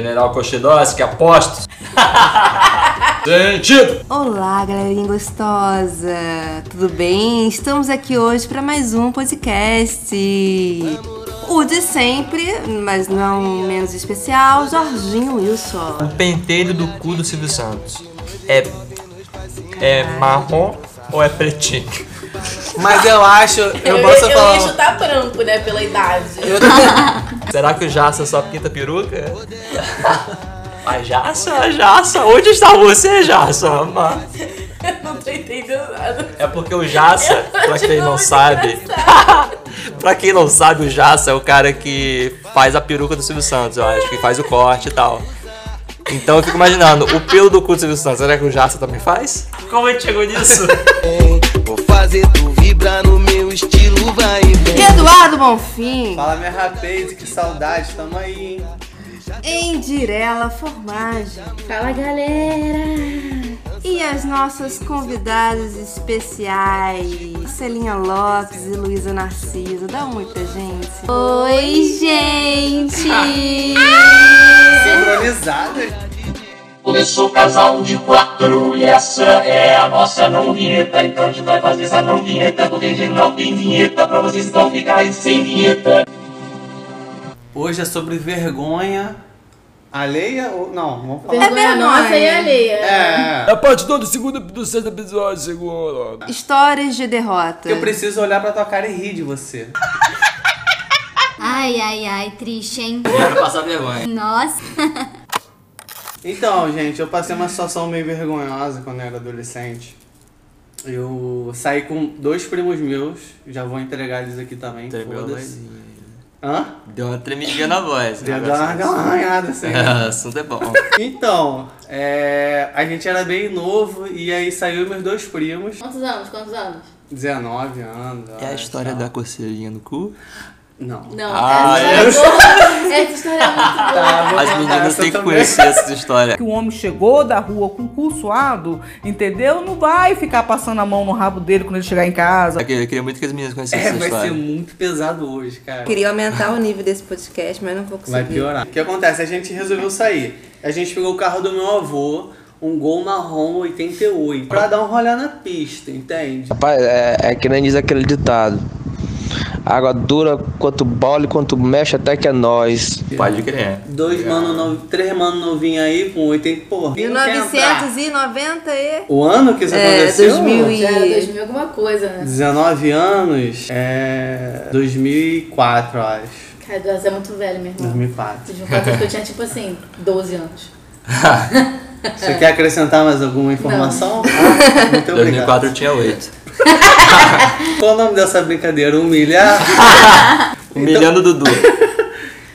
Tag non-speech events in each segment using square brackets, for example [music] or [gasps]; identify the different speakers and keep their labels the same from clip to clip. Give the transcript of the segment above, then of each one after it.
Speaker 1: General Cochidós, que apostos. Sentido!
Speaker 2: Olá, galerinha gostosa! Tudo bem? Estamos aqui hoje para mais um podcast. O de sempre, mas não menos especial, Jorginho Wilson.
Speaker 1: O penteiro do cu do Silvio Santos. É. É marrom ou é pretinho?
Speaker 3: Mas eu acho, eu,
Speaker 4: Eu,
Speaker 3: posso
Speaker 4: eu,
Speaker 3: falar. um
Speaker 4: ia chutar branco, né? Pela idade.
Speaker 1: Será que o Jaça é só pinta peruca?
Speaker 4: [laughs]
Speaker 1: A Jaça, a Jaça, onde está você, Jaça? Ma-
Speaker 4: Eu [laughs] não tô entendendo nada.
Speaker 1: É porque o Jaça, pra quem não
Speaker 4: Muito
Speaker 1: sabe.
Speaker 4: engraçado.
Speaker 1: [laughs] pra quem não sabe, o Jaça é o cara que faz a peruca do Silvio Santos, eu acho, que faz o corte e tal. Então eu fico imaginando, o pelo do cu do Silvio Santos, será que o Jaça também faz? Como a gente chegou [laughs] nisso?
Speaker 5: Vou fazer tu vibrar no meu estilo, vai e vem.
Speaker 2: Eduardo Bonfim,
Speaker 3: Fala minha rapaz, que saudade, tamo aí, hein?
Speaker 2: Indirela Formagem
Speaker 4: Fala, galera.
Speaker 2: e as nossas convidadas especiais, Celinha Lopes e Luísa Narciso. Dá muita gente. Oi, gente! Ah.
Speaker 3: Sincronizada.
Speaker 6: Começou o casal de quatro e essa é a nossa não vinheta. Então a gente vai fazer essa não vinheta porque a gente não tem vinheta pra vocês não ficarem sem vinheta.
Speaker 3: Hoje é sobre vergonha. Alheia ou. Não, vamos falar.
Speaker 4: Vergonha
Speaker 2: vergonha.
Speaker 4: É nossa e alheia.
Speaker 3: É.
Speaker 1: A parte do segundo do sexto episódio,
Speaker 2: Ah!
Speaker 1: segundo.
Speaker 2: Histórias de derrota.
Speaker 3: Eu preciso olhar pra tua cara e rir de você.
Speaker 7: Ai, ai, ai, triste, hein?
Speaker 8: Quero passar vergonha.
Speaker 7: Nossa.
Speaker 3: Então, gente, eu passei uma situação meio vergonhosa quando eu era adolescente. Eu saí com dois primos meus, já vou entregar eles aqui também.
Speaker 8: Tremeu a
Speaker 3: Foda-se.
Speaker 8: vozinha.
Speaker 3: Hã?
Speaker 8: Deu uma tremidinha na
Speaker 1: né?
Speaker 8: voz.
Speaker 3: Deu uma galanhada assim. [laughs]
Speaker 8: [laughs] O assunto é bom.
Speaker 3: Então, é, a gente era bem novo e aí saiu meus dois primos,
Speaker 4: Quantos anos? Quantos anos?
Speaker 3: 19 anos.
Speaker 8: É a história da coceirinha no cu?
Speaker 3: Não.
Speaker 4: Não,
Speaker 8: Ah,
Speaker 4: essa,
Speaker 9: [laughs]
Speaker 4: história é... essa história é muito boa.
Speaker 3: Tá, vou
Speaker 8: As
Speaker 3: contar
Speaker 8: meninas
Speaker 3: essa
Speaker 8: têm que
Speaker 3: também.
Speaker 8: conhecer
Speaker 3: [laughs]
Speaker 8: essa história.
Speaker 10: que o homem chegou da rua com o cu suado, entendeu? Não vai ficar passando a mão no rabo dele quando ele chegar em casa.
Speaker 8: Eu queria eu queria muito que as meninas
Speaker 3: É,
Speaker 8: conhecessem essa
Speaker 3: vai ser
Speaker 8: história.
Speaker 3: muito pesado hoje, cara.
Speaker 2: Queria aumentar o nível desse podcast, mas não vou
Speaker 3: Vai
Speaker 2: conseguir.
Speaker 3: piorar. O que acontece? A gente resolveu sair. A gente pegou o carro do meu avô, um Gol marrom 88, pra dar um rolê na pista, entende?
Speaker 11: Rapaz, é, é que nem diz aquele ditado. Água dura quanto bole, quanto mexe até que é nós.
Speaker 8: Pode crer.
Speaker 3: um- Dois mano, no... três mano novinho aí com 80, porra. quem não quer entrar?
Speaker 2: 1990 e.
Speaker 3: O ano que isso
Speaker 2: É,
Speaker 3: aconteceu?
Speaker 2: 2000 e-
Speaker 4: Já era 2000 alguma coisa, né?
Speaker 3: 19 anos, é 2004, eu acho.
Speaker 4: Cara, você é muito velho, meu irmão.
Speaker 3: 2004.
Speaker 4: 2004 acho que eu tinha, tipo assim, 12 anos.
Speaker 3: Você quer acrescentar mais alguma informação? Ah, muito obrigado. Então-
Speaker 8: 2004 eu tinha 8.
Speaker 3: Qual o nome dessa brincadeira? Um Humilhar?
Speaker 8: Humilhando o Dudu.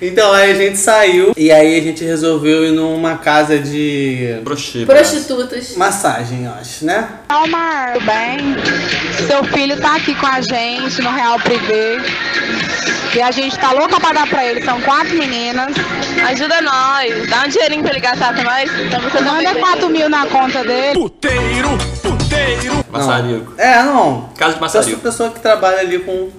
Speaker 3: Então aí a gente saiu e aí a gente resolveu ir numa casa de
Speaker 8: Proxi.
Speaker 4: Prostitutas.
Speaker 3: massagem, eu acho, né?
Speaker 12: Calma, Tá, tudo bem? Seu filho tá aqui com a gente no Real Privé. E a gente tá louca pra dar pra ele. São quatro meninas. Ajuda nós. Dá um dinheirinho pra ele gastar com nós. Manda quatro mil na conta dele.
Speaker 8: Maçarico.
Speaker 3: É, não.
Speaker 8: Casa de
Speaker 3: Essa
Speaker 8: maçarico.
Speaker 3: pessoa que trabalha ali com,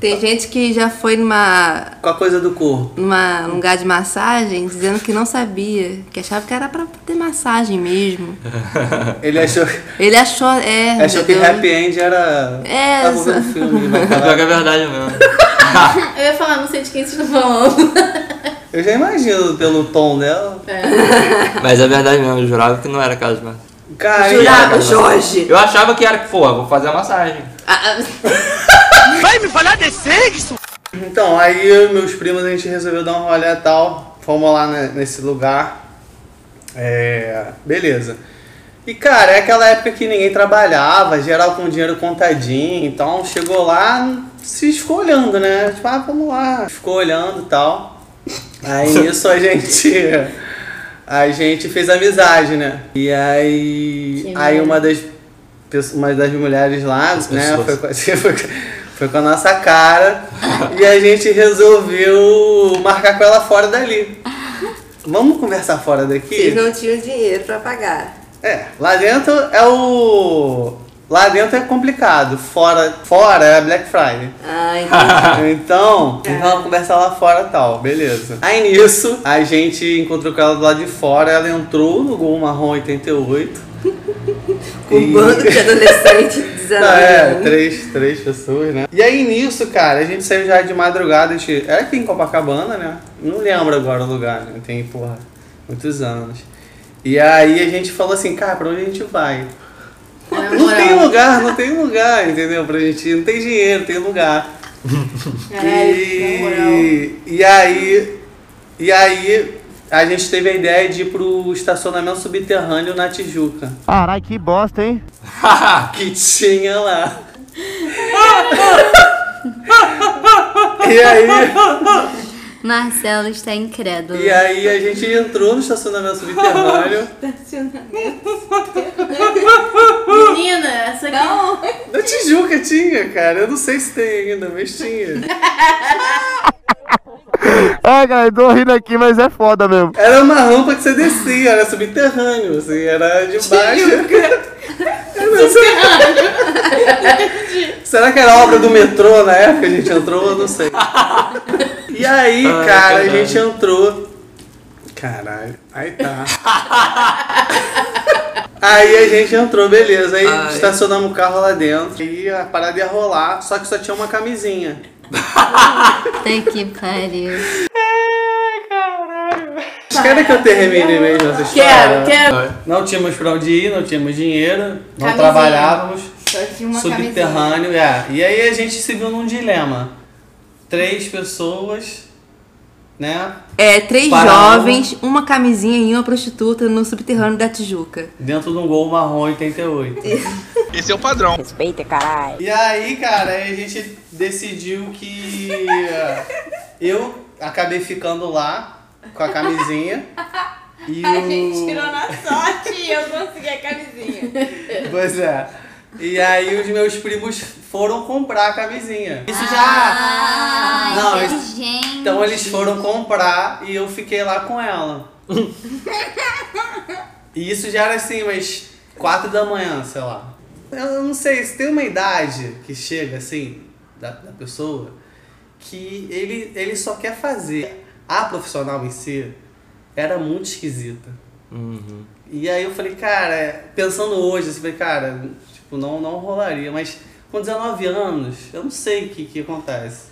Speaker 2: Tem gente que já foi numa,
Speaker 3: com a coisa do corpo.
Speaker 2: numa num lugar de massagem dizendo que não sabia, que achava que era pra ter massagem mesmo.
Speaker 8: [laughs]
Speaker 3: Ele achou,
Speaker 2: Ele achou. É,
Speaker 3: achou que
Speaker 2: entendeu? [laughs]
Speaker 3: Happy End era.
Speaker 2: É,
Speaker 3: tava vendo um
Speaker 2: essa-
Speaker 3: filme, né? ele vai
Speaker 8: Pior
Speaker 3: acabar.
Speaker 8: que é verdade mesmo.
Speaker 4: Eu ia falar, não sei de quem vocês estão falando. [laughs]
Speaker 3: Eu já imagino pelo tom dela.
Speaker 8: Mas é verdade mesmo, eu jurava que não era casa de massagem.
Speaker 3: Cara, e- tá
Speaker 2: Jurava, Jorge!
Speaker 8: Eu achava que era, pô, vou fazer a massagem.
Speaker 2: Ah, ah,
Speaker 3: Então, aí eu e meus primos a gente resolveu dar um rolê e tal. Fomos lá ne- nesse lugar. É. Beleza. E cara, é aquela época que ninguém trabalhava, geral com dinheiro contadinho, então chegou lá se escolhendo, né? Tipo, ah, vamos lá, ficou olhando e tal. Aí nisso a gente. A gente fez amizade, né? E aí.
Speaker 4: Que
Speaker 3: aí
Speaker 4: merda.
Speaker 3: uma das, pesso- uma das mulheres lá, né?
Speaker 8: pessoas.
Speaker 3: Foi, com- [laughs] foi, com- foi com a nossa cara. e a gente resolveu marcar com ela fora dali. Vamos conversar fora daqui?
Speaker 2: não tinham dinheiro pra pagar.
Speaker 3: É, lá dentro é o. Lá dentro é complicado, fora, fora é Black Friday.
Speaker 2: Ah,
Speaker 3: [laughs] então, então ela conversa lá fora tal, beleza. Aí nisso, a gente encontrou com ela do lado de fora, ela entrou no Gol Marrom 88.
Speaker 2: Com um bando de adolescente, 19
Speaker 3: É,
Speaker 2: anos.
Speaker 3: três, três pessoas, né? E aí nisso, cara, a gente saiu já de madrugada, a gente... era aqui em Copacabana, né? Não lembro agora o lugar, né? Tem, porra, muitos anos. E aí a gente falou assim, cara, pra onde a gente vai? Não tem lugar, não tem lugar, entendeu? Pra gente ir. Não tem dinheiro, tem lugar.
Speaker 4: É,
Speaker 3: E, e aí. E aí a gente teve a ideia de ir pro estacionamento subterrâneo na Tijuca.
Speaker 7: Carai, que bosta, hein?
Speaker 3: [laughs] que
Speaker 7: [laughs]
Speaker 3: tinha lá. E aí.
Speaker 13: Marcelo está incrédulo.
Speaker 3: E aí a gente entrou no estacionamento subterrâneo.
Speaker 4: Menina, essa aqui.
Speaker 3: Na Tijuca tinha, cara. Eu não sei se tem ainda,
Speaker 7: [laughs]
Speaker 3: mas tinha.
Speaker 7: É, cara, eu tô rindo aqui, mas é foda mesmo.
Speaker 3: Era uma rampa que você descia, era subterrâneo, assim, era de baixo. [laughs] Será que era obra do metrô na época que a gente entrou? Eu não sei. E aí,
Speaker 6: Ai,
Speaker 3: cara,
Speaker 6: caralho.
Speaker 3: a gente entrou. Caralho, aí tá. aí a gente entrou, beleza. Aí estacionamos o carro lá dentro. E a parada ia rolar, só que só tinha uma camisinha.
Speaker 13: Puta que pariu.
Speaker 3: Vocês querem que eu termine mesmo essa história?
Speaker 4: Quero, quero.
Speaker 3: Não tínhamos pra onde ir, não tínhamos dinheiro, não
Speaker 4: Camisinha.
Speaker 3: trabalhávamos.
Speaker 4: Só tinha uma
Speaker 3: subterrâneo, é. E aí a gente se viu num dilema. Três pessoas, né?
Speaker 2: É, três
Speaker 3: Para
Speaker 2: jovens, uma camisinha e uma prostituta no subterrâneo da Tijuca.
Speaker 3: Dentro de um gol marrom 88. Esse é o padrão.
Speaker 2: Respeita, caralho.
Speaker 3: E aí, cara, aí a gente decidiu que eh, eu acabei ficando lá com a
Speaker 9: [laughs]
Speaker 3: camisinha. E
Speaker 9: A
Speaker 3: o...
Speaker 9: gente tirou na sorte e eu consegui a camisinha.
Speaker 3: Pois é. E aí os meus primos foram comprar a camisinha. Isso
Speaker 9: Ah,
Speaker 3: já. Não, isso-
Speaker 13: gente.
Speaker 3: Então eles foram comprar e eu fiquei lá com ela. e isso já era assim, umas 4 da manhã, sei lá. Eu não sei, se tem uma idade que chega assim, da, da pessoa, que ele, ele só quer fazer. A profissional em si era muito esquisita. E aí eu falei, cara, pensando hoje, assim, falei, cara, tipo, não, não rolaria, mas com 19 anos, eu não sei o que, que acontece.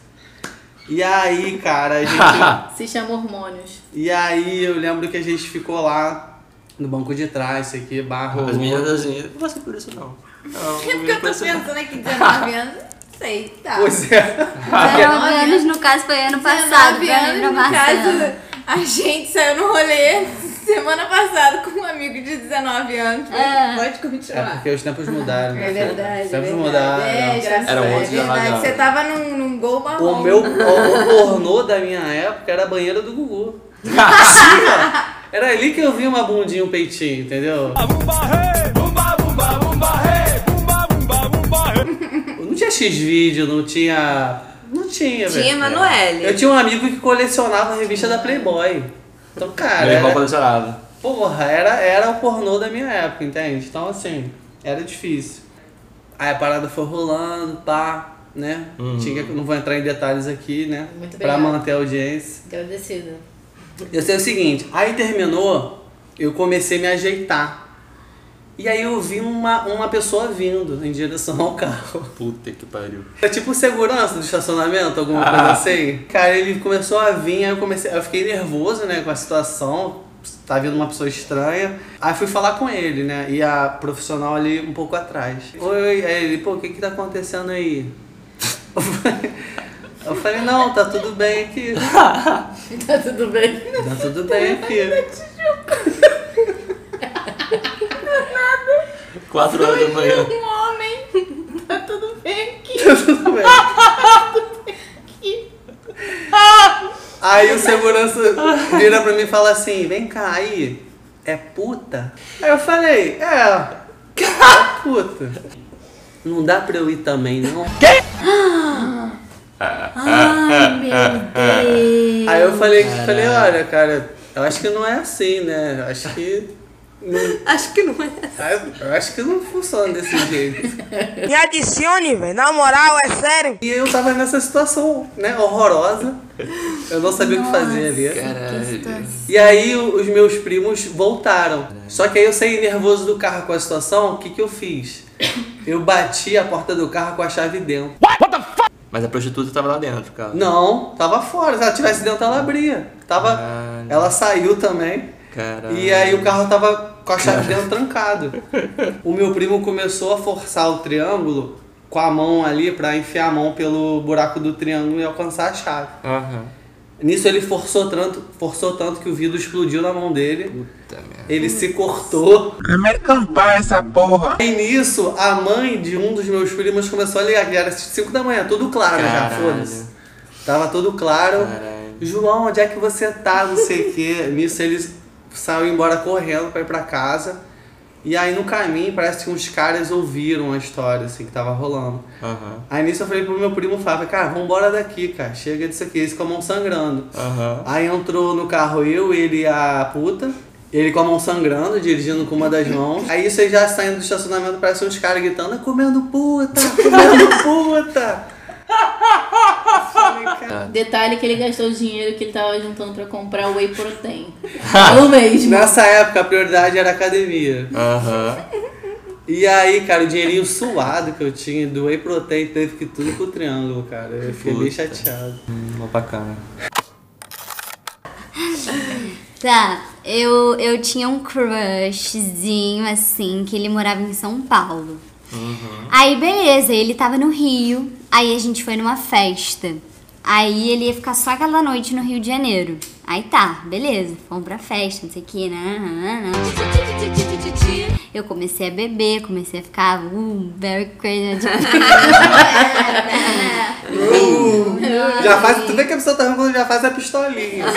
Speaker 3: E aí, cara,
Speaker 1: [laughs]
Speaker 3: a gente.
Speaker 4: Se chama hormônios.
Speaker 3: e aí eu lembro que a gente ficou lá no banco de trás, isso aqui, barro.
Speaker 1: As meninas assim, não passei por isso não. Não,
Speaker 9: É Porque eu tô pensando aqui, 19 anos, não sei, tá.
Speaker 3: Pois é.
Speaker 9: [laughs]
Speaker 13: 19 anos, no caso, foi ano passado. pra
Speaker 9: 19
Speaker 13: mim, pra
Speaker 9: anos, no
Speaker 13: Marcelo.
Speaker 9: caso, a gente saiu no rolê semana passada com um amigo de 19 anos. Pode
Speaker 3: É
Speaker 9: continuar.
Speaker 3: porque os tempos mudaram, né?
Speaker 9: É verdade,
Speaker 3: Os tempos
Speaker 9: verdade.
Speaker 3: mudaram.
Speaker 9: É, graças
Speaker 3: Era
Speaker 9: a
Speaker 3: um
Speaker 9: Deus.
Speaker 3: outro
Speaker 9: É verdade, você tava num, num gol marrom.
Speaker 3: O meu o, o pornô da minha época era a banheira
Speaker 1: [laughs]
Speaker 3: do Gugu. Sim, ó. Era ali que eu vi uma bundinha, um peitinho, entendeu? Não tinha X-Vídeo, não tinha. Não tinha, velho.
Speaker 2: Tinha Emanuele.
Speaker 3: Eu tinha um amigo que colecionava a revista da Playboy. Então, cara.
Speaker 1: Meu irmão
Speaker 3: era-
Speaker 1: colecionava.
Speaker 3: Porra, era, era o pornô da minha época, entende? Então, assim, era difícil. Aí a parada foi rolando, pá, né?
Speaker 1: Uhum.
Speaker 3: Tinha, que- não vou entrar em detalhes aqui, né?
Speaker 4: Muito
Speaker 3: pra
Speaker 4: obrigada.
Speaker 3: manter a audiência.
Speaker 4: Agradecida. [laughs]
Speaker 3: Eu sei o seguinte, aí terminou, eu comecei a me ajeitar. E aí eu vi uma, uma pessoa vindo em direção ao carro.
Speaker 1: Puta que pariu.
Speaker 3: É tipo segurança do estacionamento, alguma
Speaker 1: Ah.
Speaker 3: coisa assim. Cara, ele começou a vir, aí eu comecei. Eu fiquei nervoso, né, com a situação. Tá vindo uma pessoa estranha. Aí fui falar com ele, né? E a profissional ali um pouco atrás. Oi, aí ele, pô, o que que tá acontecendo aí? [laughs] Eu falei, não, tá tudo bem aqui.
Speaker 4: Tá tudo bem?
Speaker 3: Tá tudo bem aqui.
Speaker 1: Quatro horas da manhã.
Speaker 9: Um homem, tá tudo bem aqui.
Speaker 3: Tá tudo bem. Aí o segurança vira pra mim e fala assim, vem cá, aí, é puta? Aí eu falei, é, é puta. Não dá pra eu ir também, não? Quê?
Speaker 6: Ai, meu
Speaker 3: [laughs] Aí eu falei,
Speaker 6: Deus.
Speaker 3: falei, olha, cara, eu acho que não é assim, né? Eu Acho que
Speaker 2: Acho que não é.
Speaker 3: Eu acho que não funciona desse jeito.
Speaker 14: Me adicione, velho. Na moral, é sério.
Speaker 3: E eu tava nessa situação, né, horrorosa. Eu não sabia o que fazer ali. E aí o- os meus primos voltaram. Só que aí eu saí nervoso do carro com a situação, o que que eu fiz? Eu bati a porta do carro com a chave dentro.
Speaker 1: Mas a prostituta tava lá dentro, cara.
Speaker 3: Não, tava fora. Se ela tivesse dentro, ela abria. Tava, ela saiu também.
Speaker 1: Caralho.
Speaker 3: E aí o carro tava com a chave
Speaker 1: [laughs]
Speaker 3: dentro trancado. O meu primo começou a forçar o triângulo com a mão ali pra enfiar a mão pelo buraco do triângulo e alcançar a chave.
Speaker 1: Aham.
Speaker 3: Nisso ele forçou tanto, forçou tanto que o vidro explodiu na mão dele. Ele se cortou. American Pie essa porra. E nisso, a mãe de um dos meus primos começou a ligar, que era 5 da manhã, tudo claro já,
Speaker 1: Caralho.
Speaker 3: foda-se. Tava tudo claro. João, onde é que você tá? Não sei o quê. Nisso ele saiu embora correndo pra ir pra casa. E aí no caminho parece que uns caras ouviram a história assim que tava rolando.
Speaker 1: Aham.
Speaker 3: Aí nisso eu falei pro meu primo Fábio, cara, vambora daqui, cara. Chega disso aqui, esse com a mão sangrando. Aí entrou no carro eu, ele e a puta. Ele com a mão sangrando, dirigindo com uma das mãos. Aí você já saindo do estacionamento, parece uns caras gritando, "É comendo puta, comendo puta.
Speaker 4: Detalhe que ele gastou o dinheiro que ele tava juntando pra comprar o Whey Protein. [laughs]
Speaker 3: Eu mesmo. Nessa época a prioridade era a academia. E aí, cara, o dinheirinho suado que eu tinha do Whey Protein teve que tudo pro triângulo, cara. Eu fiquei bem
Speaker 1: Puta.
Speaker 3: chateado.
Speaker 1: Hum, bacana.
Speaker 13: Tá, eu, eu tinha um crushzinho, assim, que ele morava em São Paulo. Aí, beleza, ele tava no Rio, aí a gente foi numa festa. Aí ele ia ficar só aquela noite no Rio de Janeiro. Aí tá, beleza, fomos pra festa, não sei o que, né? né, né. Eu comecei a beber, comecei a ficar, uh, very crazy. [laughs]
Speaker 3: já faz, tu vê que a pessoa tá rindo quando já faz a pistolinha. um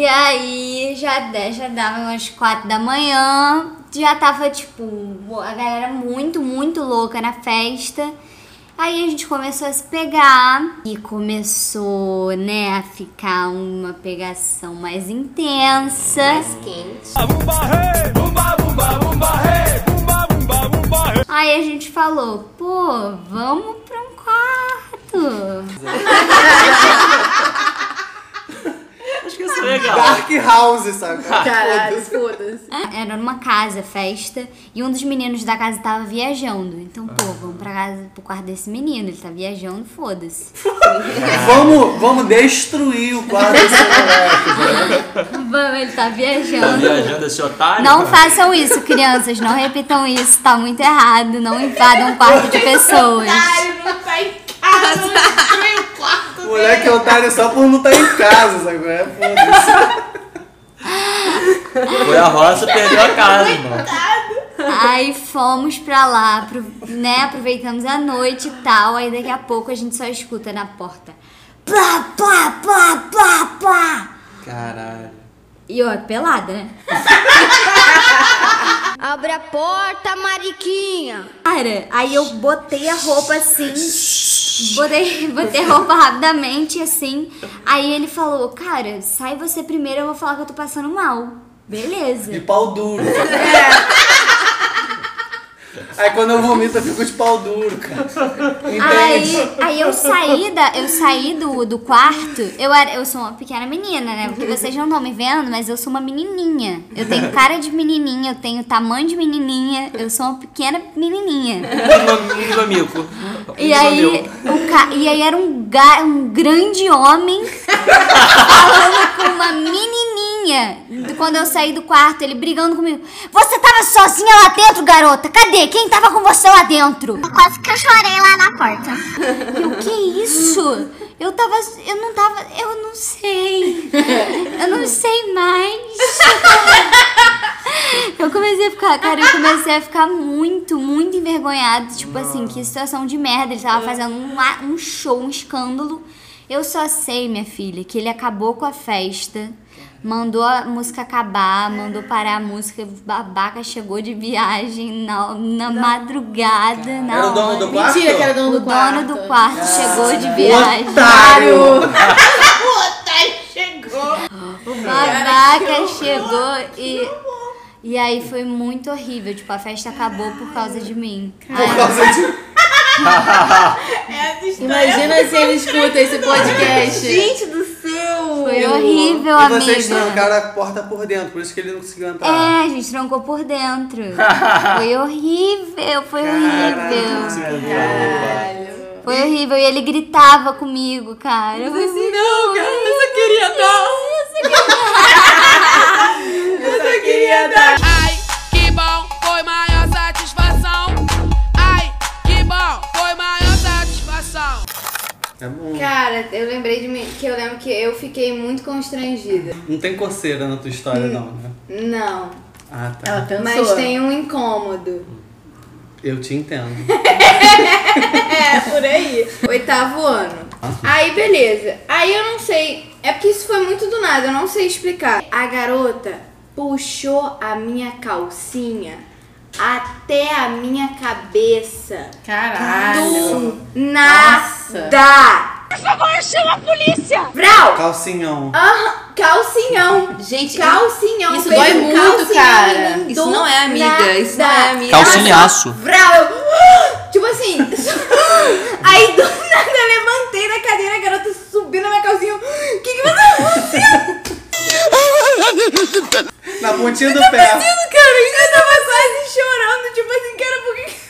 Speaker 13: E aí já, de- já dava umas quatro da manhã, já tava tipo, a galera muito, muito louca na festa. Aí a gente começou a se pegar e começou, né, a ficar uma pegação mais intensa. Mais quente. Aí a gente falou, pô, vamos pra um quarto.
Speaker 1: Acho que isso
Speaker 3: legal. Dark House, sabe?
Speaker 13: Caralho,
Speaker 4: foda-se.
Speaker 13: Era numa casa, festa, e um dos meninos da casa tava viajando. Então, pô, vamos pra casa, pro quarto desse menino, ele tá viajando, foda-se.
Speaker 3: vamos, vamos destruir o quadro desse moleque.
Speaker 13: vamos, ele tá
Speaker 1: Tá
Speaker 13: viajando.
Speaker 1: viajando esse otário?
Speaker 13: Não
Speaker 1: cara?
Speaker 13: façam isso, crianças, não repitam isso, tá muito errado, não invadam o quarto de pessoas.
Speaker 9: Otário, tá em casa, destruiu o quarto
Speaker 3: O moleque é
Speaker 9: dele.
Speaker 3: otário só por não estar em casa, sabe? É foda-se.
Speaker 1: Foi a roça e perdeu a casa, mano.
Speaker 13: Aí fomos pra lá, apro- né? Aproveitamos a noite e tal. Aí daqui a pouco a gente só escuta na porta. Plá, plá, plá, plá, plá.
Speaker 1: Caralho.
Speaker 13: E eu é pelada, né? [laughs] Abre a porta, Mariquinha! Cara, aí eu botei a roupa assim. Botei, botei a roupa rapidamente, assim. Aí ele falou, cara, sai você primeiro, eu vou falar que eu tô passando mal. Beleza.
Speaker 3: De pau duro. Aí quando eu vomito, eu fico de pau duro, cara.
Speaker 13: Aí,
Speaker 3: Entende?
Speaker 13: aí eu saí, da, eu saí do, do quarto, eu, era, eu sou uma pequena menina, né? Porque vocês não estão me vendo, mas eu sou uma menininha. Eu tenho cara de menininha, eu tenho tamanho de menininha, eu sou uma pequena menininha.
Speaker 1: Um amigo.
Speaker 13: E aí, o ca... e aí era um, ga... um grande homem falando com uma menininha. Quando eu saí do quarto, ele brigando comigo. Você tava sozinha lá dentro, garota? Cadê? Quem tava com você lá dentro? Quase que eu chorei lá na porta. Eu, que isso? Eu tava... Eu não tava... Eu não sei. Eu não sei mais. Eu comecei a ficar, cara, eu comecei a ficar muito, muito envergonhada. Tipo assim, que situação de merda. Ele
Speaker 3: É.
Speaker 13: tava fazendo um, a- um show, um escândalo. Eu só sei, minha filha, que ele acabou com a festa, mandou a música acabar, mandou parar a música. O babaca chegou de viagem na, na madrugada. na
Speaker 3: Era o dono do
Speaker 13: hora.
Speaker 3: quarto? Mentira que era
Speaker 4: dono
Speaker 13: o
Speaker 4: do
Speaker 13: dono do quarto chegou de viagem.
Speaker 3: Otário!
Speaker 9: O otário chegou.
Speaker 13: O babaca chegou e. E aí foi muito horrível, tipo, a festa acabou por causa de mim.
Speaker 3: Por causa de.
Speaker 4: Imagina se ele escuta esse podcast.
Speaker 9: Gente do céu!
Speaker 13: Foi horrível,
Speaker 3: E vocês
Speaker 13: amiga.
Speaker 3: trancaram a porta por dentro, por isso que ele não conseguiu entrar.
Speaker 13: É, a gente trancou por dentro. foi horrível, foi horrível. Foi horrível. E ele gritava comigo, cara. Eu falei assim, não, cara, eu só queria
Speaker 9: Eu só queria dar.
Speaker 14: Ai, que bom, foi maior satisfação. Ai, que bom, foi maior satisfação.
Speaker 3: É bom.
Speaker 9: Cara, eu lembrei de mim que eu lembro que eu fiquei muito constrangida.
Speaker 3: Não tem coceira na tua história, não, né?
Speaker 9: Não.
Speaker 3: Ah, tá.
Speaker 9: Mas tem um incômodo.
Speaker 3: Eu te entendo.
Speaker 9: É, por aí. Oitavo ano. Aí, beleza. Aí eu não sei. É porque isso foi muito do nada, eu não sei explicar. A garota puxou a minha calcinha até a minha cabeça.
Speaker 4: Caralho.
Speaker 9: Do nada.
Speaker 12: Por favor, chama a polícia!
Speaker 9: Vral!
Speaker 3: [laughs] Calcinhão.
Speaker 9: Aham, calcinhão. Gente, calcinhão.
Speaker 2: isso
Speaker 9: fez
Speaker 2: dói
Speaker 9: um
Speaker 2: muito,
Speaker 9: calcinhão
Speaker 2: cara.
Speaker 9: em mim
Speaker 2: Isso
Speaker 9: do
Speaker 2: não é amiga,
Speaker 9: nada.
Speaker 2: isso não é amiga.
Speaker 1: Calcinhaço.
Speaker 9: Vral, [gasps] eu... Tipo assim... [gasps] Aí do nada eu levantei da cadeira, a garota subiu na minha calcinha. O que que você... tá
Speaker 3: Na pontinha do
Speaker 9: tá
Speaker 3: pé.
Speaker 9: fazendo, cara? Eu tava quase chorando, tipo assim, cara, por que que...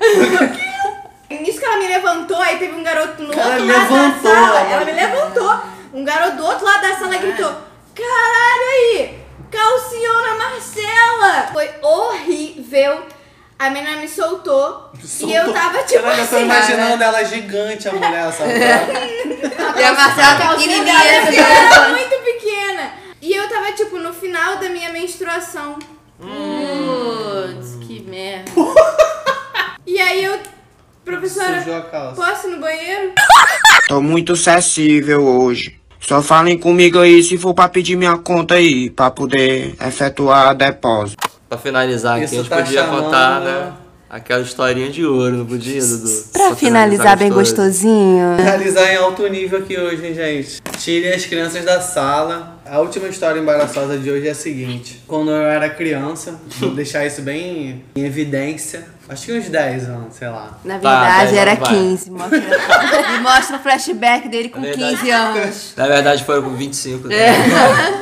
Speaker 9: Por que? Nisso que ela me levantou, aí teve um garoto no
Speaker 3: Cara,
Speaker 9: outro lado
Speaker 3: levantou, É.
Speaker 9: da sala.
Speaker 3: mano.
Speaker 9: Ela me levantou. Um garoto do outro lado da sala gritou, caralho aí, calcinhão na Marcela. Foi horrível. A menina me soltou, e eu tava tipo
Speaker 3: Caralho, eu tô
Speaker 9: assim,
Speaker 3: imaginando ela gigante, a mulher,
Speaker 9: [laughs]
Speaker 3: sabe?
Speaker 2: E a Marcela
Speaker 9: calcinha
Speaker 2: pequenininha,
Speaker 9: dela,
Speaker 2: né?
Speaker 9: porque assim, ela era muito pequena. E eu tava, tipo, no final da minha menstruação.
Speaker 4: Putz, que merda.
Speaker 9: E aí eu, professora,
Speaker 14: Sujou a calça.
Speaker 9: posso ir no banheiro?
Speaker 14: Tô muito sensível hoje. Só falem comigo aí se for pra pedir minha conta aí, pra poder efetuar depósito.
Speaker 8: Pra finalizar aqui,
Speaker 1: Isso
Speaker 8: a gente
Speaker 1: tá
Speaker 8: podia
Speaker 1: chamando-
Speaker 8: contar, né? Aquela historinha de ouro, não podia, Dudu?
Speaker 2: Pra finalizar bem gostosinho.
Speaker 3: Realizar em alto nível aqui hoje, hein, gente? Tirem as crianças da sala. A última história embaraçosa de hoje é a seguinte. Quando eu era criança, [laughs] vou deixar isso bem em evidência. Acho que uns 10 anos, sei lá.
Speaker 2: Na verdade, era
Speaker 8: Tá, vai. É
Speaker 2: 15. Mostra,
Speaker 9: [laughs]
Speaker 2: e mostra o flashback dele com
Speaker 8: verdade.
Speaker 2: 15 anos.
Speaker 8: Na verdade, foram com 25. né?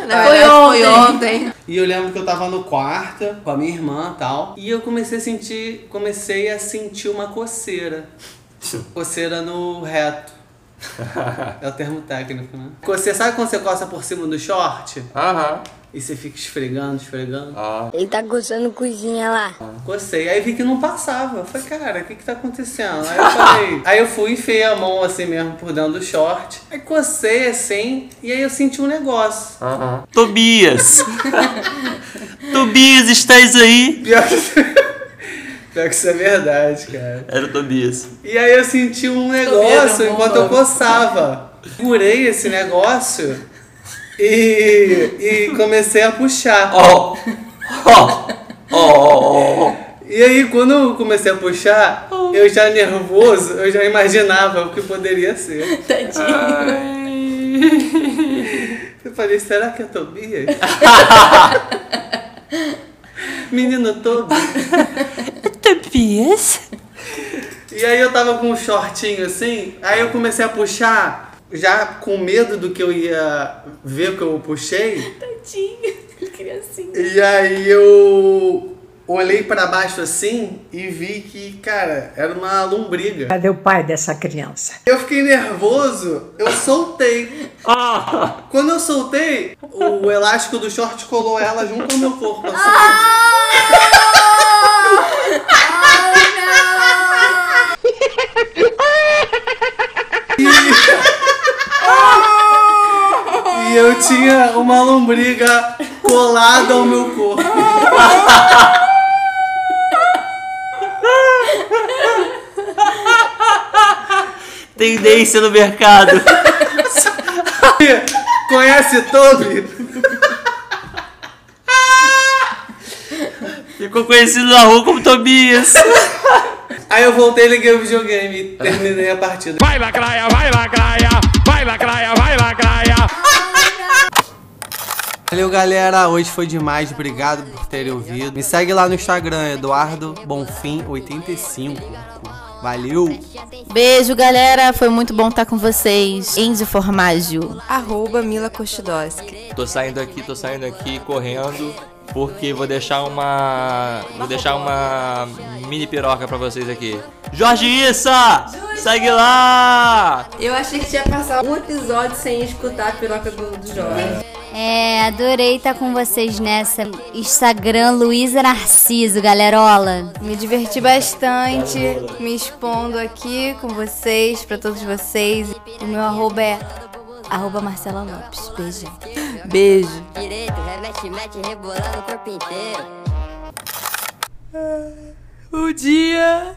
Speaker 2: Na
Speaker 3: Foi
Speaker 2: verdade, Foi
Speaker 3: ontem.
Speaker 2: ontem.
Speaker 3: E eu lembro que eu tava no quarto com a minha irmã e tal. E eu comecei a sentir. Comecei a sentir uma [laughs] coceira. coceira no reto. É o termo técnico, né? Você sabe quando você coça por cima do short? Aham. E você fica esfregando, esfregando. Ah.
Speaker 15: Ele tá coçando coisinha lá.
Speaker 3: Cocei. Aí vi que não passava. Eu falei, cara, o que que tá acontecendo? Aí eu [laughs] falei. aí eu fui e enfiei a mão assim mesmo por dentro do short. Aí cocei assim. E aí eu senti um negócio. Aham.
Speaker 1: Tobias! Tobias, estás aí?
Speaker 3: Pior que... é [laughs] Pior que isso é verdade, cara.
Speaker 1: Era o Tobias.
Speaker 3: E aí eu senti um
Speaker 1: vendo,
Speaker 3: negócio
Speaker 1: irmão,
Speaker 3: enquanto eu
Speaker 1: mano.
Speaker 3: coçava. Segurei esse negócio e, e comecei a puxar. Ó! Ó! Ó! E aí quando eu comecei a puxar, eu já nervoso, eu já imaginava o que poderia ser. Eu falei, será que é Tobias? Menino Tobias.
Speaker 2: Tobias?
Speaker 3: E aí eu tava com um shortinho assim, aí eu comecei a puxar, já com medo do que eu ia ver que eu puxei.
Speaker 9: Tadinho, criancinha.
Speaker 3: E aí eu olhei pra baixo assim e vi que, cara, era uma lombriga.
Speaker 16: Cadê o pai dessa criança?
Speaker 3: Eu fiquei nervoso, eu
Speaker 16: [laughs]
Speaker 3: soltei.
Speaker 16: Ah!
Speaker 3: Quando eu soltei, o elástico do short colou ela junto ao meu corpo. assim.
Speaker 16: Ah!
Speaker 3: [laughs] E eu tinha uma lombriga colada ao meu corpo.
Speaker 1: Tendência no mercado.
Speaker 3: [laughs] Conhece Toby?
Speaker 1: Ficou conhecido na rua como Tobias.
Speaker 3: Aí eu voltei e liguei o videogame e terminei a partida. Vai lacraia, vai lacraia, vai lacraia, vai lacraia. Valeu, galera. Hoje foi demais. Obrigado por terem ouvido. Me segue lá no Instagram, Eduardo Bonfim85. Valeu!
Speaker 16: Beijo, galera. Foi muito bom estar com vocês. Indy Formaggio.
Speaker 2: Arroba Mila Kostidoski.
Speaker 1: Tô saindo aqui, tô saindo aqui correndo. Porque vou deixar uma. Vou deixar uma mini piroca pra vocês aqui. Jorge Issa! Segue lá!
Speaker 2: Eu achei que tinha passar um episódio sem escutar a piroca do, do Jorge.
Speaker 13: É, adorei estar com vocês nessa. Instagram Luísa Narciso, galerola.
Speaker 17: Me diverti bastante me expondo aqui com vocês, pra todos vocês. O meu arroba é arroba Marcela Lopes. Beijo.
Speaker 2: Beijo.
Speaker 15: Direito, remete, mete, rebolando o corpo inteiro.
Speaker 2: O dia.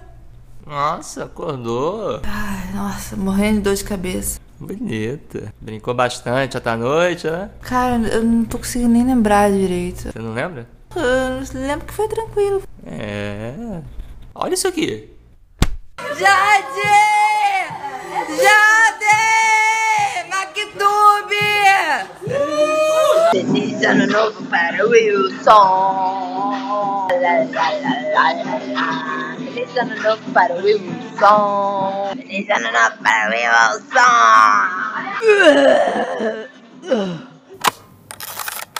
Speaker 1: Nossa, acordou.
Speaker 2: Ai, nossa, morrendo de dor de cabeça.
Speaker 1: Bonita. Brincou bastante até a noite, né?
Speaker 2: Cara, eu não tô conseguindo nem lembrar direito.
Speaker 1: Você não lembra?
Speaker 2: Eu lembro que foi tranquilo.
Speaker 1: É. Olha isso aqui.
Speaker 17: Jade! Jade! MacTube!
Speaker 15: Feliz ano novo para o Wilson. Lá, lá, lá, lá, lá. Feliz ano novo para o Wilson. Feliz ano novo para o Wilson.